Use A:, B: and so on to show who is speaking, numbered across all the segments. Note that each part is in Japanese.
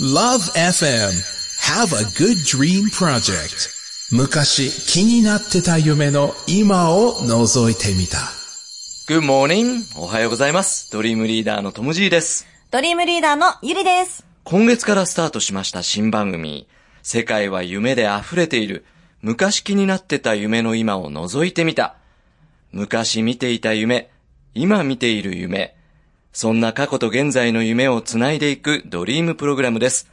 A: Love FM Have a Good Dream Project 昔気になってた夢の今を覗いてみた。
B: Good morning! おはようございます。ドリームリーダーのトム・ジーです。
C: ドリームリーダーのゆりです。
B: 今月からスタートしました新番組、世界は夢で溢れている、昔気になってた夢の今を覗いてみた。昔見ていた夢、今見ている夢、そんな過去と現在の夢をつないでいくドリームプログラムです。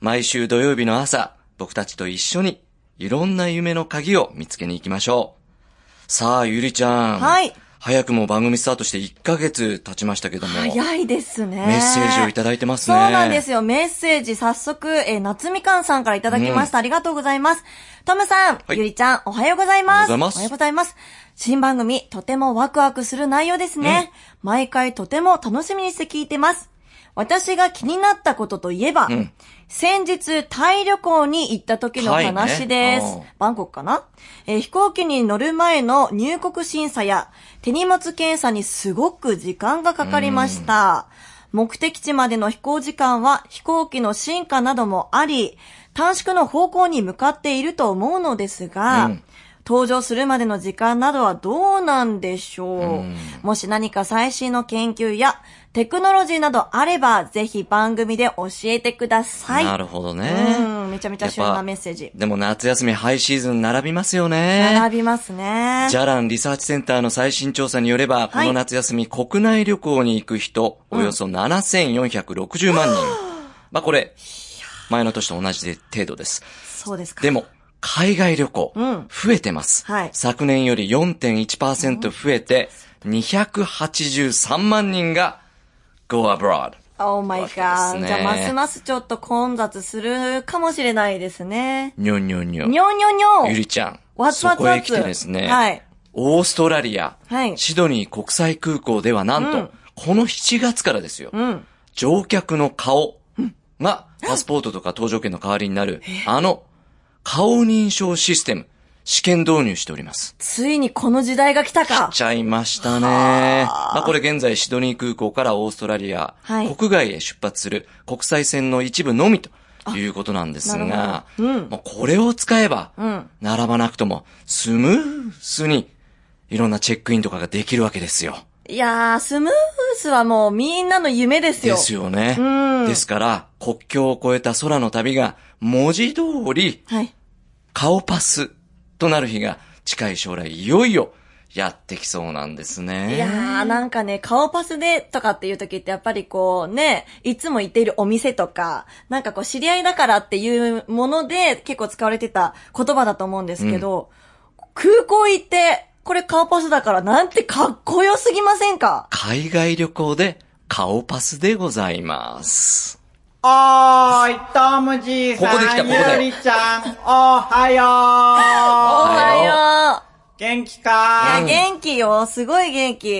B: 毎週土曜日の朝、僕たちと一緒に、いろんな夢の鍵を見つけに行きましょう。さあ、ゆりちゃん。
C: はい。
B: 早くも番組スタートして1ヶ月経ちましたけども。
C: 早いですね。
B: メッセージをいただいてますね。
C: そうなんですよ。メッセージ早速、えー夏みかんさんからいただきました。ありがとうございます。トムさん、
B: はい
C: ゆりちゃん、おはようございま
B: おはようご
C: す。
B: ざいます
C: おはようございます。新番組、とてもワクワクする内容ですね。毎回とても楽しみにして聞いてます。私が気になったことといえば、
B: ん
C: 先日、タイ旅行に行った時の話です。
B: タイねうん
C: バンコクかな、えー飛行機に乗る前の入国審査や手荷物検査にすごく時間がかかりました。目的地までの飛行時間は飛行機の進化などもあり、短縮の方向に向かっていると思うのですが、
B: うん
C: 搭乗するまでの時間などはどうなんでしょう、
B: ん
C: もし何か最新の研究やテクノロジーなどあれば、ぜひ番組で教えてください。
B: なるほどね。
C: うん、めちゃめちゃ旬なメッセージ。
B: でも夏休みハイシーズン並びますよね。
C: 並びますね。
B: ジャランリサーチセンターの最新調査によれば、こ
C: い
B: の夏休み国内旅行に行く人、およそ7460万人。まあこれ、前の年と同じ程度です。
C: そうですか。
B: でも、海外旅行、
C: ん
B: 増えてます。
C: はい
B: 昨年より4.1%増えて、283万人が go abroad。
C: Oh my
B: わけ
C: god. じ
B: です
C: ゃ
B: ね
C: あ、ますますちょっと混雑するかもしれないですね。
B: にょんにょんにょん。
C: にょんにょんにょ
B: ゆ
C: ん
B: りちゃん。
C: わつ
B: そ
C: わつ
B: こ
C: わ
B: へ
C: つ
B: 来てですね。
C: はい
B: オーストラリア、
C: はい
B: シドニー国際空港ではなんと、
C: うん
B: この7月からですよ。
C: うん。
B: 乗客の顔が、パスポートとか搭乗券の代わりになる、あの、顔認証システム、試験導入しております。
C: ついにこの時代が来たか
B: 来。ちゃいましたね。まあこれ現在シドニー空港からオーストラリア、
C: はい
B: 国外へ出発する国際線の一部のみということなんですが
C: な、るほどうん
B: まあこれを使えば、
C: うん。
B: 並ばなくともスムースにいろんなチェックインとかができるわけですよ。
C: いやー、スムースはもうみんなの夢ですよ。
B: ですよね。
C: うん
B: ですから、国境を越えた空の旅が文字通り
C: はい。
B: 顔パスとなる日が近い将来いよいよやってきそうなんですね。
C: いやー、なんかね、顔パスでとかっていう時ってやっぱりこうね、いつも行っているお店とか、なんかこう知り合いだからっていうもので結構使われてた言葉だと思うんですけど、空港行って、これ顔パスだからなんてかっこよすぎませんか
B: 海外旅行で顔パスでございます。
D: おーい、トムじいさん、
B: ここで来たここだよ
D: ゆりちゃん、おはよ
C: おはよ
D: う元気か
C: ういや、元気よ。すごい元気。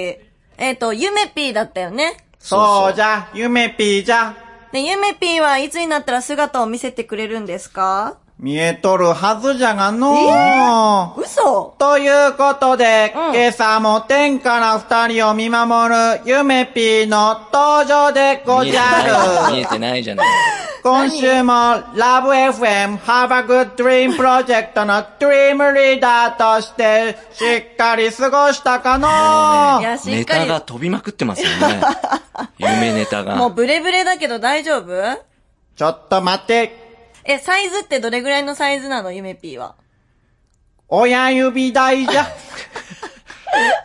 C: えっ、と、ゆめぴーだったよね。
B: そうそう
D: そうじゃ、ゆめぴーじゃ、
C: ね、ゆめぴーはいつになったら姿を見せてくれるんですか
D: 見えとるはずじゃがのー
C: 嘘
D: ということで、
C: うん
D: 今朝も天から二人を見守るゆめぴーの登場でご
B: 見えて
D: じ
B: な
D: ゃ
B: い、見
D: る
B: えてないじゃない。
D: 今週も、ラブ FM Have a Good Dream Project の Dream リーダーとして、しっかり過ごしたかのー
C: いやし
B: ネ
C: っかり
B: タが飛びまくってますよね。夢ネタが。
C: もうブレブレだけど大丈夫
D: ちょっと待って。
C: え、サイズってどれぐらいのサイズなのゆめぴーは。
D: 親指大じゃ。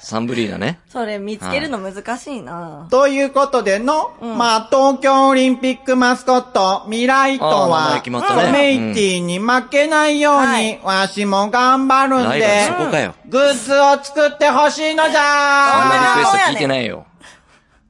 B: サンブリーだね。
C: それ見つけるの難しいな、
D: ということでの、まあ、東京オリンピックマスコット、ミライト
B: あ
D: は、
B: ー名前決まったね
D: ソメイティに負けないように、
C: はい
D: わしも頑張るん
B: ライ
D: で
B: バル、そこかよ。
D: グッズを作ってほしいのじ
B: あんま
C: あ
B: り
C: ー
B: リ
D: ゃ
B: クエスト聞いてないよ。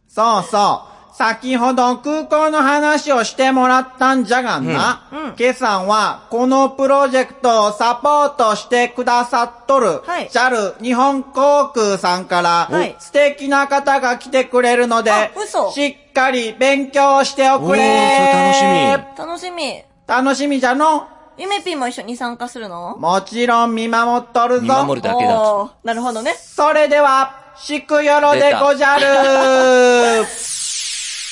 D: そうそう。先ほど空港の話をしてもらったんじゃがな。今朝はこのプロジェクトをサポートしてくださっとる、
C: はい
D: JAL 日本航空さんから
C: はい、
D: 素敵な方が来てくれるので
C: あ嘘、
D: しっかり勉強しておく
B: お
D: れ。
B: ーそれ楽し
C: 楽しみ。
D: 楽しみじゃの。
C: ゆめぴーも一緒に参加するの
D: もちろん見守っとるぞ。
B: 見守るだけだと。
C: おーなるほどね。
D: それでは、しくよろでごじゃる。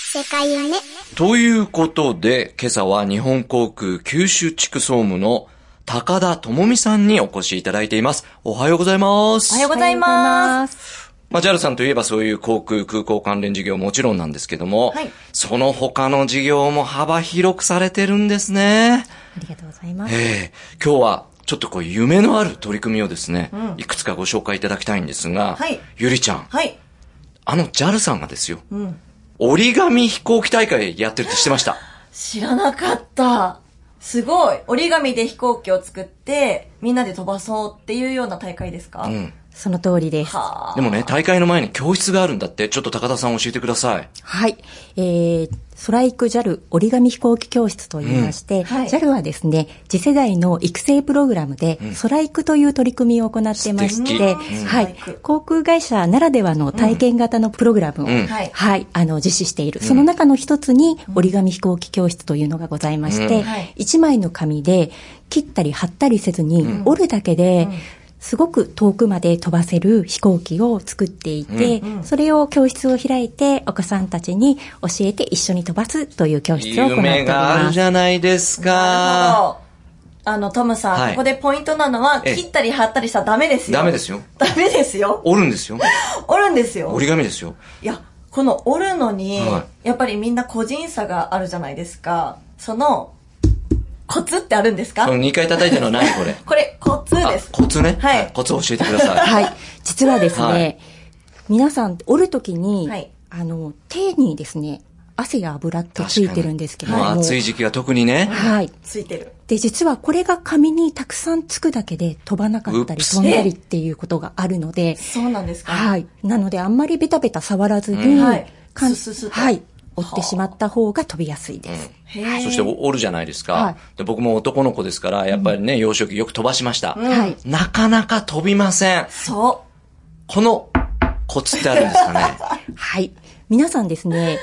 E: 世界夢。
B: ということで、今朝は日本航空九州地区総務の高田智美さんにお越しいただいています。おはようございます。
C: おはようございます。
F: す。
B: まあ、JAL さんといえばそういう航空、空港関連事業もちろんなんですけども、
C: はい
B: その他の事業も幅広くされてるんですね。
F: ありがとうございます。
B: ええ今日はちょっとこう夢のある取り組みをですね、いくつかご紹介いただきたいんですが、
C: はい
B: ゆりちゃん、
C: はい。
B: あの JAL さんがですよ、
C: ん
B: 折り紙飛行機大会やってるって知ってました。
C: 知らなかった。すごい。折り紙で飛行機を作って、みんなで飛ばそうっていうような大会ですか、
B: うん。
F: その通りです。は
C: はあ。
B: でもね、大会の前に教室があるんだって、ちょっと高田さん教えてください。
F: い。えー、ソライク JAL 折り紙飛行機教室と言いまして、
C: はい
F: JAL はですね、次世代の育成プログラムで、ソライクという取り組みを行ってまし
B: 素
F: て、
B: 敵
C: うん
F: は
C: ソライ
F: い
C: ク。
F: 航空会社ならではの体験型のプログラムを、
B: ん
C: はい
F: はい、あの、実施している。その中の一つに、折り紙飛行機教室というのがございまし
B: うん
F: て
C: はい、
F: 一、枚の紙で、切ったり貼ったりせずに、折るだけで、すごく遠くまで飛ばせる飛行機を作っていて、それを教室を開いて、お子さんたちに教えて一緒に飛ばすという教室を行ってお
B: 夢
F: り
B: があ
F: ま
B: る
F: す
B: じ。ゃないです
C: なる
B: か。
C: ほど。あの、トムさん、
B: はい
C: ここでポイントなのは、
B: ええ
C: 切ったり貼ったりしたらダメですよ。
B: ダメですよ。
C: ダメですよ。
B: 折るんですよ。
C: 折るんですよ。
B: 折り紙ですよ。
C: いや、この折るのに、
B: は
C: やっぱりみんな個人差があるじゃないですか。その、コツってあるんですか
B: その2回叩いてるのは何これ
C: これ、コツ
B: あ
C: です。
B: コツね。
C: はい
B: コツ教えてください。
F: はい。実はですね、
B: はい
F: 皆さん折るときに、
C: はい
F: あの、手にですね、汗や油ってついてるんですけれど
B: もう
F: も。
B: 暑い時期は特にね。
F: はい。
C: ついてる。
F: で、実はこれが紙にたくさんつくだけで飛ばなかった
B: うっ
F: り
B: す
F: 飛んだりっていうことがあるので、
C: そうなんですか
F: はい。なのであんまりベタベタ触らずに、
C: んはい
F: かん
C: スススと
F: はい。折ってしまった方が飛びやすいです。
C: へー
B: そして折るじゃないですか、
F: はい
B: で。僕も男の子ですから、やっぱりね、幼少期よく飛ばしました、
F: はい。
B: なかなか飛びません。
C: そ
B: このコツってあるんですかね。
F: はい。皆さんですね、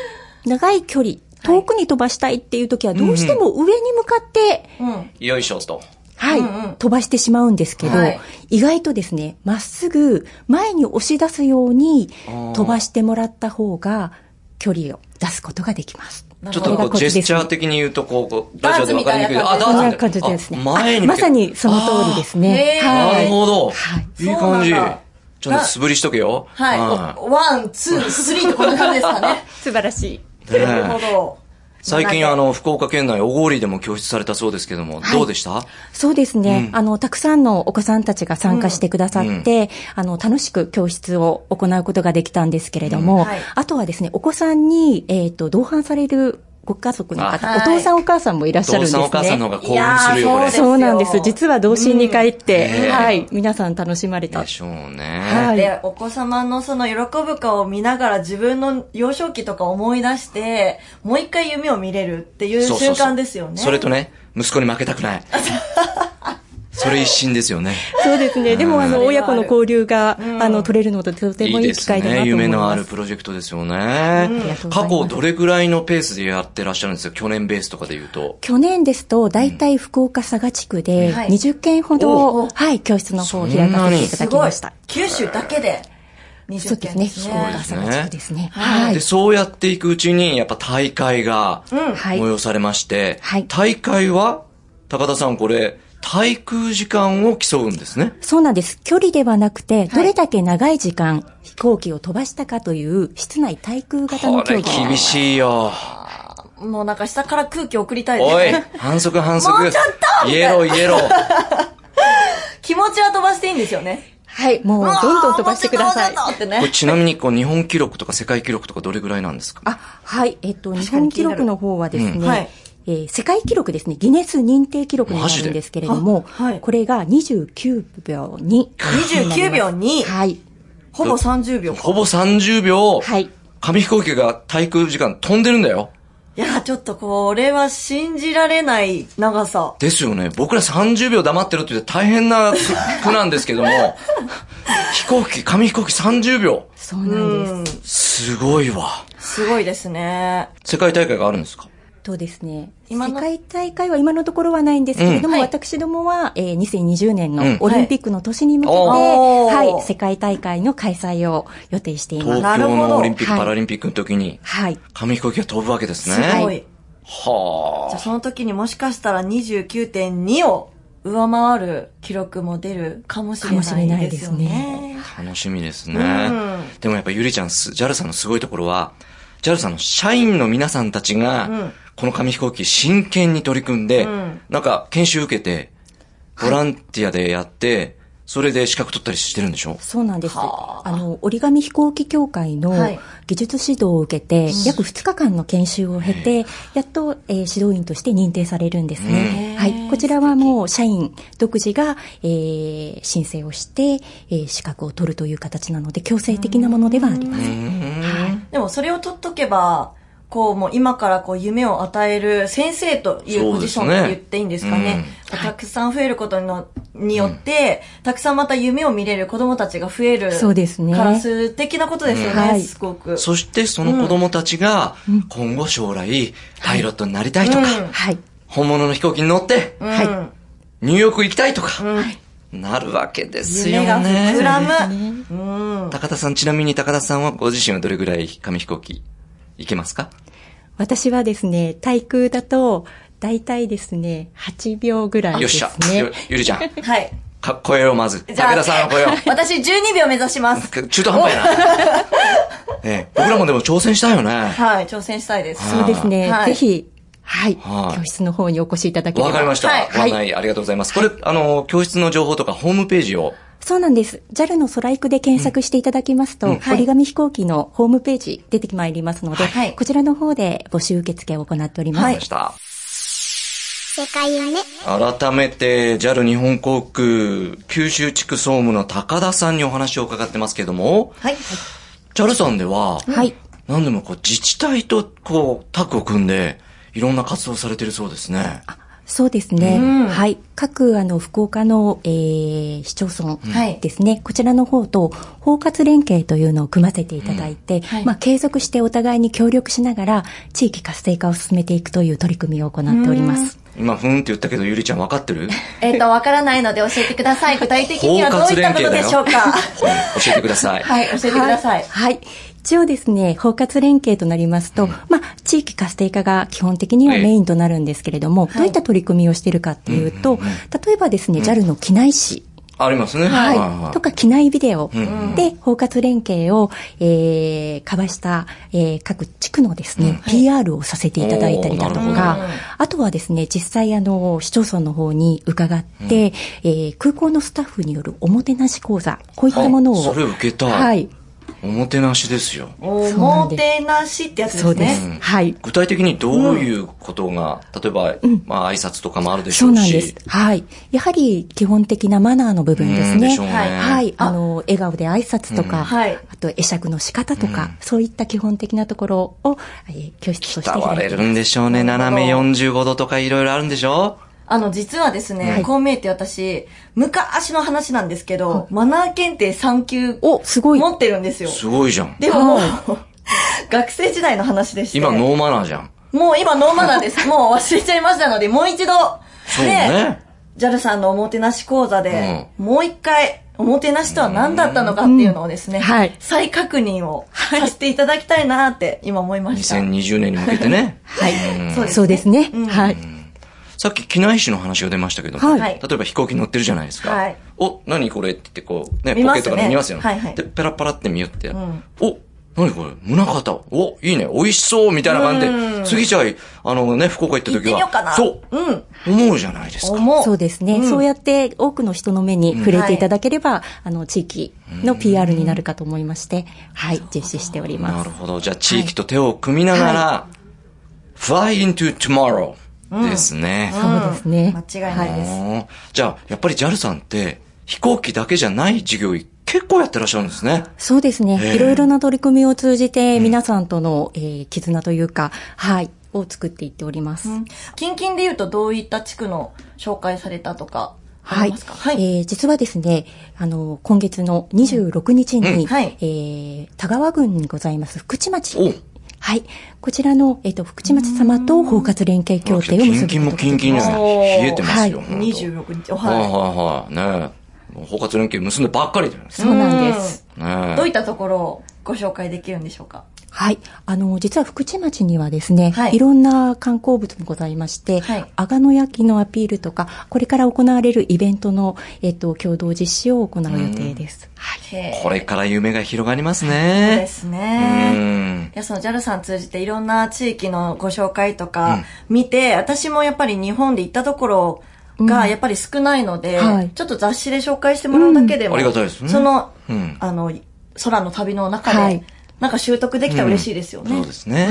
F: 長い距離、遠くに飛ばしたいっていう時はどうしても上に向かって、
C: う。うん。
B: よいしょと。
F: はい、
C: うんうん
F: 飛ばしてしまうんですけど、
C: はい
F: 意外とですね、まっすぐ前に押し出すように飛ばしてもらった方が距離を出すことができます。
B: ちょっとこ
F: これがコ
B: う、ジ
F: ツで
B: ェ
F: すね
B: スチャー的に言うと、こうこう、ラジオでわかりにくいけど、あ、ダ
F: こん
B: ー
F: な
B: ツみ
F: 感
B: た
F: じ
B: いな。
F: ですね。
B: あ前に
F: あまさにその通りですね。
C: あー
B: な
F: は
B: る
F: い。
B: ほど。
F: はい
B: いい感じ
C: そうなんだ。
B: ちょっと素振りしとけよ。
C: はい。
B: うん
C: おワン、ツー、スリーってこんな感じです かね。
F: 素晴らしい。
B: ねえ
C: なるほど。
B: 最近
C: なん
B: あ
C: か
B: の、福岡県内、小郡でも教室されたそうですけども、どうでした
F: そうですね、あの、たくさんのお子さんたちが参加してくださって、あの、楽しく教室を行うことができたんですけれども、
C: うんはい
F: あとはですね、お子さんに、えっ、と、同伴されるご家族の方、
C: はい
F: お父さんお母さんもいらっしゃるん
B: 父
F: です
B: さん
F: ね。
B: お母さんの方が興奮するよ、
C: い
B: こ
C: やー
B: れ。
C: そう
F: そうなんで
C: です
F: す
C: よ。
F: 実は童心に帰って、
B: うんねえ
F: はい、皆さん楽しまれた
B: で。しょうね。
F: はい
C: で、お子様のその喜ぶ顔を見ながら自分の幼少期とか思い出して、もう一回夢を見れるっていう
B: そう
C: 習
B: そうそう
C: 慣ですよね。
B: それとね、息子に負けたく ない。それ一心ですよね。
F: そうですね。でも、あ
C: それはあ
F: の、
C: る
F: 親子の交流が、あの、取れるので、とてもいい機会だなと思います。
B: 夢のあるプロジェクトですよね。
F: りがとうござ
B: 過
F: いま
B: 去
F: す
B: どれぐらいのペースでやってらっしゃるんですか去年ベースとかで言うと。
F: 去年ですと、大体福岡佐賀地区で、
C: はい
F: 20件ほ
C: お
F: ど、
C: お
F: はい、教室の方を開かせていた
C: す
F: だき
C: ご
F: ま
C: い
F: した。。
C: 九州だけで
F: そ
C: 20
F: うです
C: 件
F: ね。
C: で
F: 福
C: す
F: 岡
C: ね。
F: 佐賀地区ですね。
C: は
F: はい
B: で、。そうやっていくうちに、やっぱ大会が
F: はい
B: 催されまして、
F: はい
B: 大会は、高田さんこれ、滞空時間を競うんですね。
F: そうなんです。距離ではなくて、どれだけ長い時間、飛行機を飛ばしたかという、室内対空型
B: こ
F: の競
B: れ
F: 技です。
B: 厳しいよ。
C: もうなんか下から空気送りたいです
B: おい
C: ね。、
B: 反則反則。
C: もうちょっと
B: イエローイエロー。
C: 気持ちは飛ばしていいんですよね。
F: はい、もう、どんどん飛ばしてください。
C: もうちょっともうちょっとってね
B: これちなみにこう日本記録とか世界記録とかどれぐらいなんですか
F: あ、はい、えっと、日
C: かに
F: 本
C: 気
F: 記
C: になる
F: 録の方はですね、
C: うんはい
F: えー世界記録ですね、ギネス認定記録になるんですけれど
C: マジ
F: も、
C: であはい
F: これが29秒2。
C: 29秒2。
F: はい。
C: ほぼ30秒か。
B: ほぼ30秒、
F: はい。
B: 紙飛行機が滞空時間飛んでるんだよ。
C: いや、ちょっとこれは信じられない長さ。
B: ですよね。僕ら30秒黙ってるって言って大変なく苦なんですけども、 飛行機、紙飛行機30秒。
F: そうなんです。
B: すごいわ。
C: すごいですね。
B: 世界大会があるんですか
F: とですね、
C: 今
F: 世
C: の
F: 界大会は今のところはないんですけれども、
C: うんはい
F: 私どもは、えー2020年
B: うん
F: のオリンピックの年に向けて、
B: はい
C: おー
F: はい、世界大会の開催を予定しています。
B: 東京のオリンピック・
F: なるほど
B: パラリンピックの時に、
F: はい。
B: 紙飛行機が飛ぶわけですね。
C: すご。
F: はいい
B: は
C: じゃあ
B: あ。
C: その時にもしかしたら29.2を上回る記録も出るかもしれないですよ
F: かもしれ
C: ね。
B: 楽しみですね。
C: うん
B: でもやっぱゆりちゃんす、JAL さんのすごいところは、JAL さんの社員の皆さんたちが、
C: うん
B: この紙飛行機真剣に取り組んで、
C: うん
B: なんか研修受けて、ボランティアでやって、それで資格取ったりしてるんでしょ
F: そうなんです。
C: は
F: あ
C: あ
F: の、折り紙飛行機協会の
C: はい
F: 技術指導を受けて、約2日間の研修を経て、やっと、えー指導員として認定されるんですね。
C: うん
F: は
C: へー
F: い。こちらはもう社員独自が、えー申請をして、えー資格を取るという形なので、強制的なものではありま
B: う
F: せん。
B: ーん
C: でもそれを取っとけば、こうもう今からこう夢を与える先生というポジションって言っていいんですか
B: そうで
C: ね。
B: すね
C: たくさん増えることのによって、たくさんまた夢を見れる子供たちが増える。
F: そうですね
C: から素敵なことですよ
F: うんは
C: ね、
F: い
C: すごく。
B: そしてその子供たちが、今後将来、パイロットになりたいとか、
C: うん
F: はい。
B: 本物の飛行機に乗って、
C: うん
F: はい
B: ニューヨーク行きたいとか、なるわけですよ
C: 夢が膨
B: ね。
C: らむ。うん。
B: 高田さん、ちなみに高田さんはご自身はどれぐらい紙飛行機行けますか
F: 私はですね、対空だと、大体ですね、8秒ぐらい
B: よ
F: で
B: っし
F: す
B: ゃ、
F: ね。
B: よゆりちゃん、
C: はい。
B: かっこええよ、まず。武
C: じゃあ
B: 田さんの声を。
C: 私12秒目指します。
B: 中途半端やな。ええ、僕らもでも挑戦したいよね。
C: はい、挑戦したいです。
F: そうですね。
C: はい
F: ぜひ、はい、
B: はい
F: 教室の方にお越しいただければ。
B: わかりました。
C: はい
B: ご案内ありがとうございます。これ、あの、教室の情報とかホームページを。
F: そうなんです。JAL の空育で検索していただきますと、
C: はい
F: 折り紙飛行機のホームページ出てまいりますので、
C: はい
F: こちらの方で募集受付を行っております。
C: は
B: はいい、した。
E: 世界はね、
B: 改めて、JAL 日本航空九州地区総務の高田さんにお話を伺ってますけれども、
C: はい。
B: JAL さんでは、
F: はい
B: 何でもこう、自治体とこう、タッグを組んで、いろんな活動をされてるそうですね。
F: そうですね。
C: うん
F: はい。各、あの、福岡の、えー、市町村
C: はい
F: ですね、こちらの方と包括連携というのを組ませていただいて、
C: はい
F: まあ、継続してお互いに協力しながら、地域活性化を進めていくという取り組みを行っております。
B: 今、ふーんって言ったけど、ゆりちゃん分かってる
C: えっ、と、わからないので教えてください。具体的にはどういったことでしょうか
B: 教えてください。
C: はい、教えてください。
F: はい。一応ですね、包括連携となりますと、まあ、地域活性化が基本的にはメインとなるんですけれども、
C: い
F: どういった取り組みをしているかっていうと、例えばですね、JAL の機内誌、
B: ありますね。
F: はい、とか機内ビデオで包括連携を、えー、交わした、えー、各地区のですね、PR をさせていただいたりだと
B: おー
C: なる
F: か、あとはですね、実際あの、市町村の方に伺って、えー空港のスタッフによるおもてなし講座、こういったものを、
B: あそれ受けたい
F: はい、
B: おもてなしですよ。
C: お
F: そうな
C: も
F: んです
C: てなしってやつですね。
F: そうです。はい。
B: 具体的にどういうことが、例えば、まあ、挨拶とかもあるでし
F: そ
B: ょ
F: う
B: う
F: なん
B: し。
F: です。はい。やはり基本的なマナーの部分です
B: うんで
F: ね。
B: しょうね
F: はい。はい
C: あ
F: あの、笑顔で挨拶とか、
C: はい
F: あと、会釈の仕方とか、そういった基本的なところを、えー教室として
B: 伝わ
F: 開い
B: れ
F: て
B: るんでしょうね。斜め45度とかいろいろあるんでしょ
C: あの、実はですね、
F: はい
C: こう見えて私、昔の話なんですけど、マナー検定3級を
F: お、すごい。
C: 持ってるんですよ。
B: すごいじゃん。
C: でも、 学生時代の話でして。
B: 今、ノーマナーじゃん。
C: もう今ノーマナー です。もう忘れちゃいましたので、もう一度。
B: そうね。
C: JAL さんのおもてなし講座で、もう一回、おもてなしとは何だったのかっていうのをですね、
F: うんはい
C: 再確認をさせていただきたいなって今思いました。
B: 2020年に向けてね。
F: はい。
C: そうですね
F: そうですね。はい。
B: さっき機内誌の話が出ましたけども、
F: はい
B: 例えば飛行機乗ってるじゃないですか。
C: はい
B: お、何これって言ってこう、ね、
C: 見
B: ポ
C: ますね
B: ケットから見ますよね。
C: はいはい
B: で、ペラパラって見よって、
C: ん
B: お、何これ胸型。お、いいね。美味しそうみたいな感じ
C: う
B: で、
C: ん
B: 次じゃあ、あのね、福岡行った
C: 行っ
B: 時
C: てみ
B: は
C: ようかな。、。
B: そう
C: うん。
B: う、思うじゃないですか。
C: 思う。
F: そうですね、
C: ん
F: そうやって多くの人の目に触れていただければ、あの、地域の PR になるかと思いまして、はい、実施しており
B: な
F: ま
B: る
F: す。
B: ほど。じゃあ、地域と手を組みながら、fly into tomorrow ですね。
F: そうですね。
C: 間違いないです。
B: おーじゃあ、やっぱり JAL さんって、飛行機だけじゃない事業結構やってらっしゃるんですね。
F: そうです
B: え
F: ね。
B: え
F: いろいろな取り組みを通じて、皆さんとの、えー絆というか、はい、を作っていっております。
C: 近々で言うとどういった地区の紹介されたとか、あ
F: は
C: り
F: い、
C: ますかはい。
F: えー実はですね、あの、今月の26日に、
C: はい
F: えー田川郡にございます福知町
B: お。
F: はい。こちらの、えっと、福知町様と包括連携協定を
B: キ
F: 結
B: ン
F: ぶ
B: キン
F: こ
B: も
F: とが
B: キ
F: で
B: ン
F: き
B: キン
F: ま
B: です
F: す。
B: ね。
C: おー
B: 冷えてますよ。
F: は
B: ほんと
C: 26日、お
B: はい
C: は
B: はいはい。ねえ。包括連携結んでばっかりじゃないです
F: そうなんです。
B: か。ね
C: い。どういったところをご紹介できるんでしょうか
F: はい。あの、実は福知町にはですね、
C: はい
F: い、ろんな観光物もございまして、
C: はい
F: 阿賀野焼のアピールとか、これから行われるイベントの、えっと、共同実施を行う予定です。はい。
C: へー
B: これから夢が広がります
C: そうで
B: ね。
C: す
B: う
C: ね。
B: ん
C: いや、その JAL さん通じていろんな地域のご紹介とか見て、私もやっぱり日本で行ったところがやっぱり少ないので、
F: はい
C: ちょっと雑誌で紹介してもらうだけでも、
B: うんありがたいですね
C: その、
B: うん
C: あの、空の旅の中で、
F: はい
C: なんか習得できたら嬉しいですよね。
B: そうですね。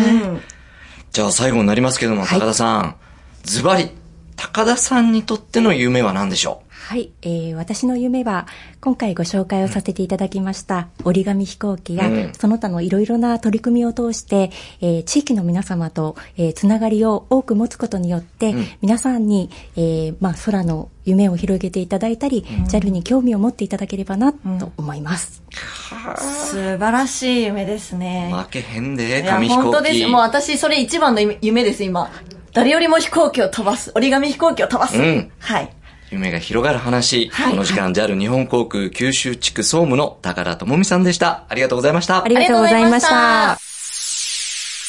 B: じゃあ最後になりますけども、
F: はい
B: 高田さん。ズバリ、高田さんにとっての夢は何でしょ
F: はい、えー私の夢は、今回ご紹介をさせていただきました、折り紙飛行機や、
B: うん
F: その他のいろいろな取り組みを通して、えー地域の皆様と、えーつながりを多く持つことによって、
B: うん
F: 皆さんに、えーまあ、空の夢を広げていただいたり、JAL に興味を持っていただければな、と思います。
C: 素晴らしい夢ですね。
B: う負けへんで、
C: いや、
B: 紙飛行機。
C: 本当です。もう私、それ一番の夢夢です、今。誰よりも飛行機を飛ばす。折り紙飛行機を飛ばす。
B: うん
C: はい。
B: 夢が広がる話。
C: はい
B: この時間、JAL 日本航空九州地区総務の高田智美さんでした。ありがとうございました
F: あ。りがとうございまし
C: ありがとうございました
F: た。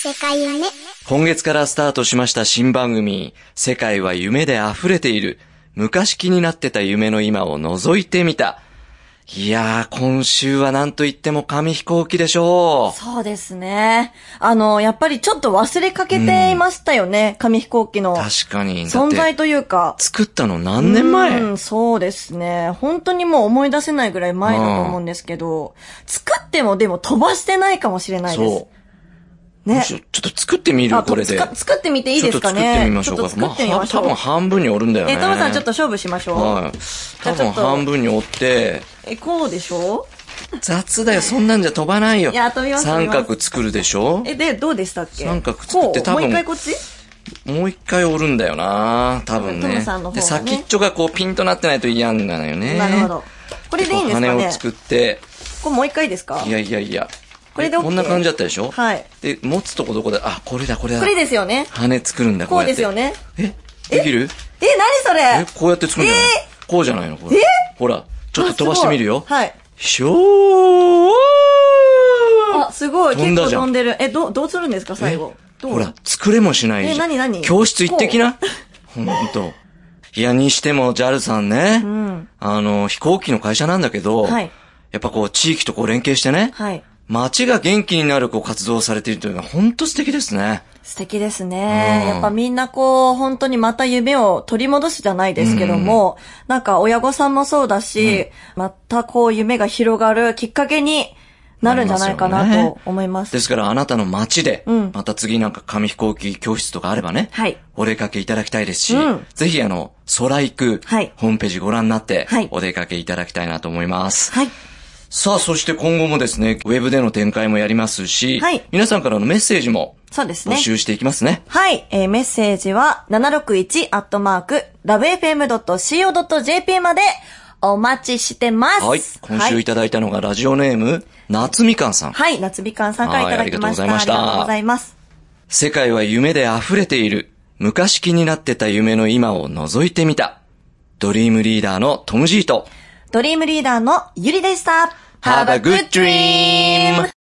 E: 世界をね
B: 今月からスタートしました新番組、世界は夢で溢れている。昔気になってた夢の今を覗いてみた。いやー、今週は何と言っても紙飛行機でしょう。
C: そうですね。あの、やっぱりちょっと忘れかけていましたよね。紙飛行機の
B: 確かに。だっ
C: 存
B: て
C: 在というか。
B: 作ったの何年前
C: うん、そうですね。本当にもう思い出せないぐらい前だと思うんですけど、作ってもでも飛ばしてないかもしれないです。
B: そう。むしろちょっと作ってみる
C: あ
B: これで。
C: つか作ってみていいですかね
B: ちょっと作ってみましょうか。
C: ちょっと作ってみましょう
B: あ、多分半分に折るんだよね。
C: えー、トムさんちょっと勝負しましょう。
B: はい。
C: ゃ
B: 多
C: あちょ
B: 分
C: っと
B: 半分に折って、
C: え、こうでしょ
B: 雑だよ、そんなんじゃ飛ばないよ。
C: いや飛びます飛
B: 三
C: びます
B: 角作るでしょ
C: え、で、どうでしたっけ
B: 三角作って
C: こう
B: 多分
C: もう一回こっち
B: もう一回折るんだよな多分
C: トム
B: ね。
C: さんの方がね
B: で、先っちょがこうピンとなってないと嫌なのよね。
C: なるほど。。こ
B: こ
C: れでいいんですか
B: 羽
C: ね
B: を作って、
C: これもう一回いいですか
B: いやいやいや。
C: これで OK
B: こんな感じだったでしょ
C: はい。
B: で、持つとこどこだあ、これだ、これだ。
C: これですよね。
B: 羽作るんだ、こ
C: こ
B: う
C: う
B: やって。
C: ですよね。
B: えできる
C: え、何
B: え
C: それ
B: こうやって作るんじゃない、こうじゃないのこれ。ほら、ちょっと飛ばしてみる
C: あ
B: よ
C: す。ごいはい。
B: しょー
C: あ、すごい。
B: 飛ん
C: 結
B: だ
C: 構
B: じゃん
C: 飛んでる。え、どう、どうするんですか、最後。
B: え
C: どう
B: ほら、作れもしない
C: え
B: じゃん。
C: 何何
B: 教室行ってきな。ほんと。いや、にしても JAL さんね、
C: ん
B: あの、飛行機の会社なんだけど、
C: はい
B: やっぱこう、地域とこう連携してね、
C: はい。
B: 街が元気になるこう活動をされているというのは本当素敵ですね。
C: 素敵ですね。
B: うん
C: やっぱみんなこう、本当にまた夢を取り戻すじゃないですけども、なんか親御さんもそうだし、またこう夢が広がるきっかけになるんじゃないか
B: なります
C: な
B: よね
C: と思います。
B: ですからあなたの街で、
C: うん
B: また次なんか紙飛行機教室とかあればね、
C: はい
B: お出かけいただきたいですし、
C: うん
B: ぜひあの、空行く、
C: はい
B: ホームページご覧になって
C: はい、
B: お出かけいただきたいなと思います。
C: はい。
B: さあ、そして今後もですね、ウェブでの展開もやりますし、
C: はい
B: 皆さんからのメッセージも
C: そうです
B: 募
C: ね。
B: 集していきますね。
C: はい。えー、メッセージは、761-lovefm.co.jp までお待ちしてます。
B: はい。今週いただいたのがラジオネーム、夏みかんさん。
C: はい、夏美館さんからいただきました。
B: はいありがとうございました
C: ありがとうございます。
B: 世界は夢で溢れている。昔気になってた夢の今を覗いてみた。ドリームリーダーのトム・ジート。
C: ドリームリーダーのゆりでした。
B: Have a good dream!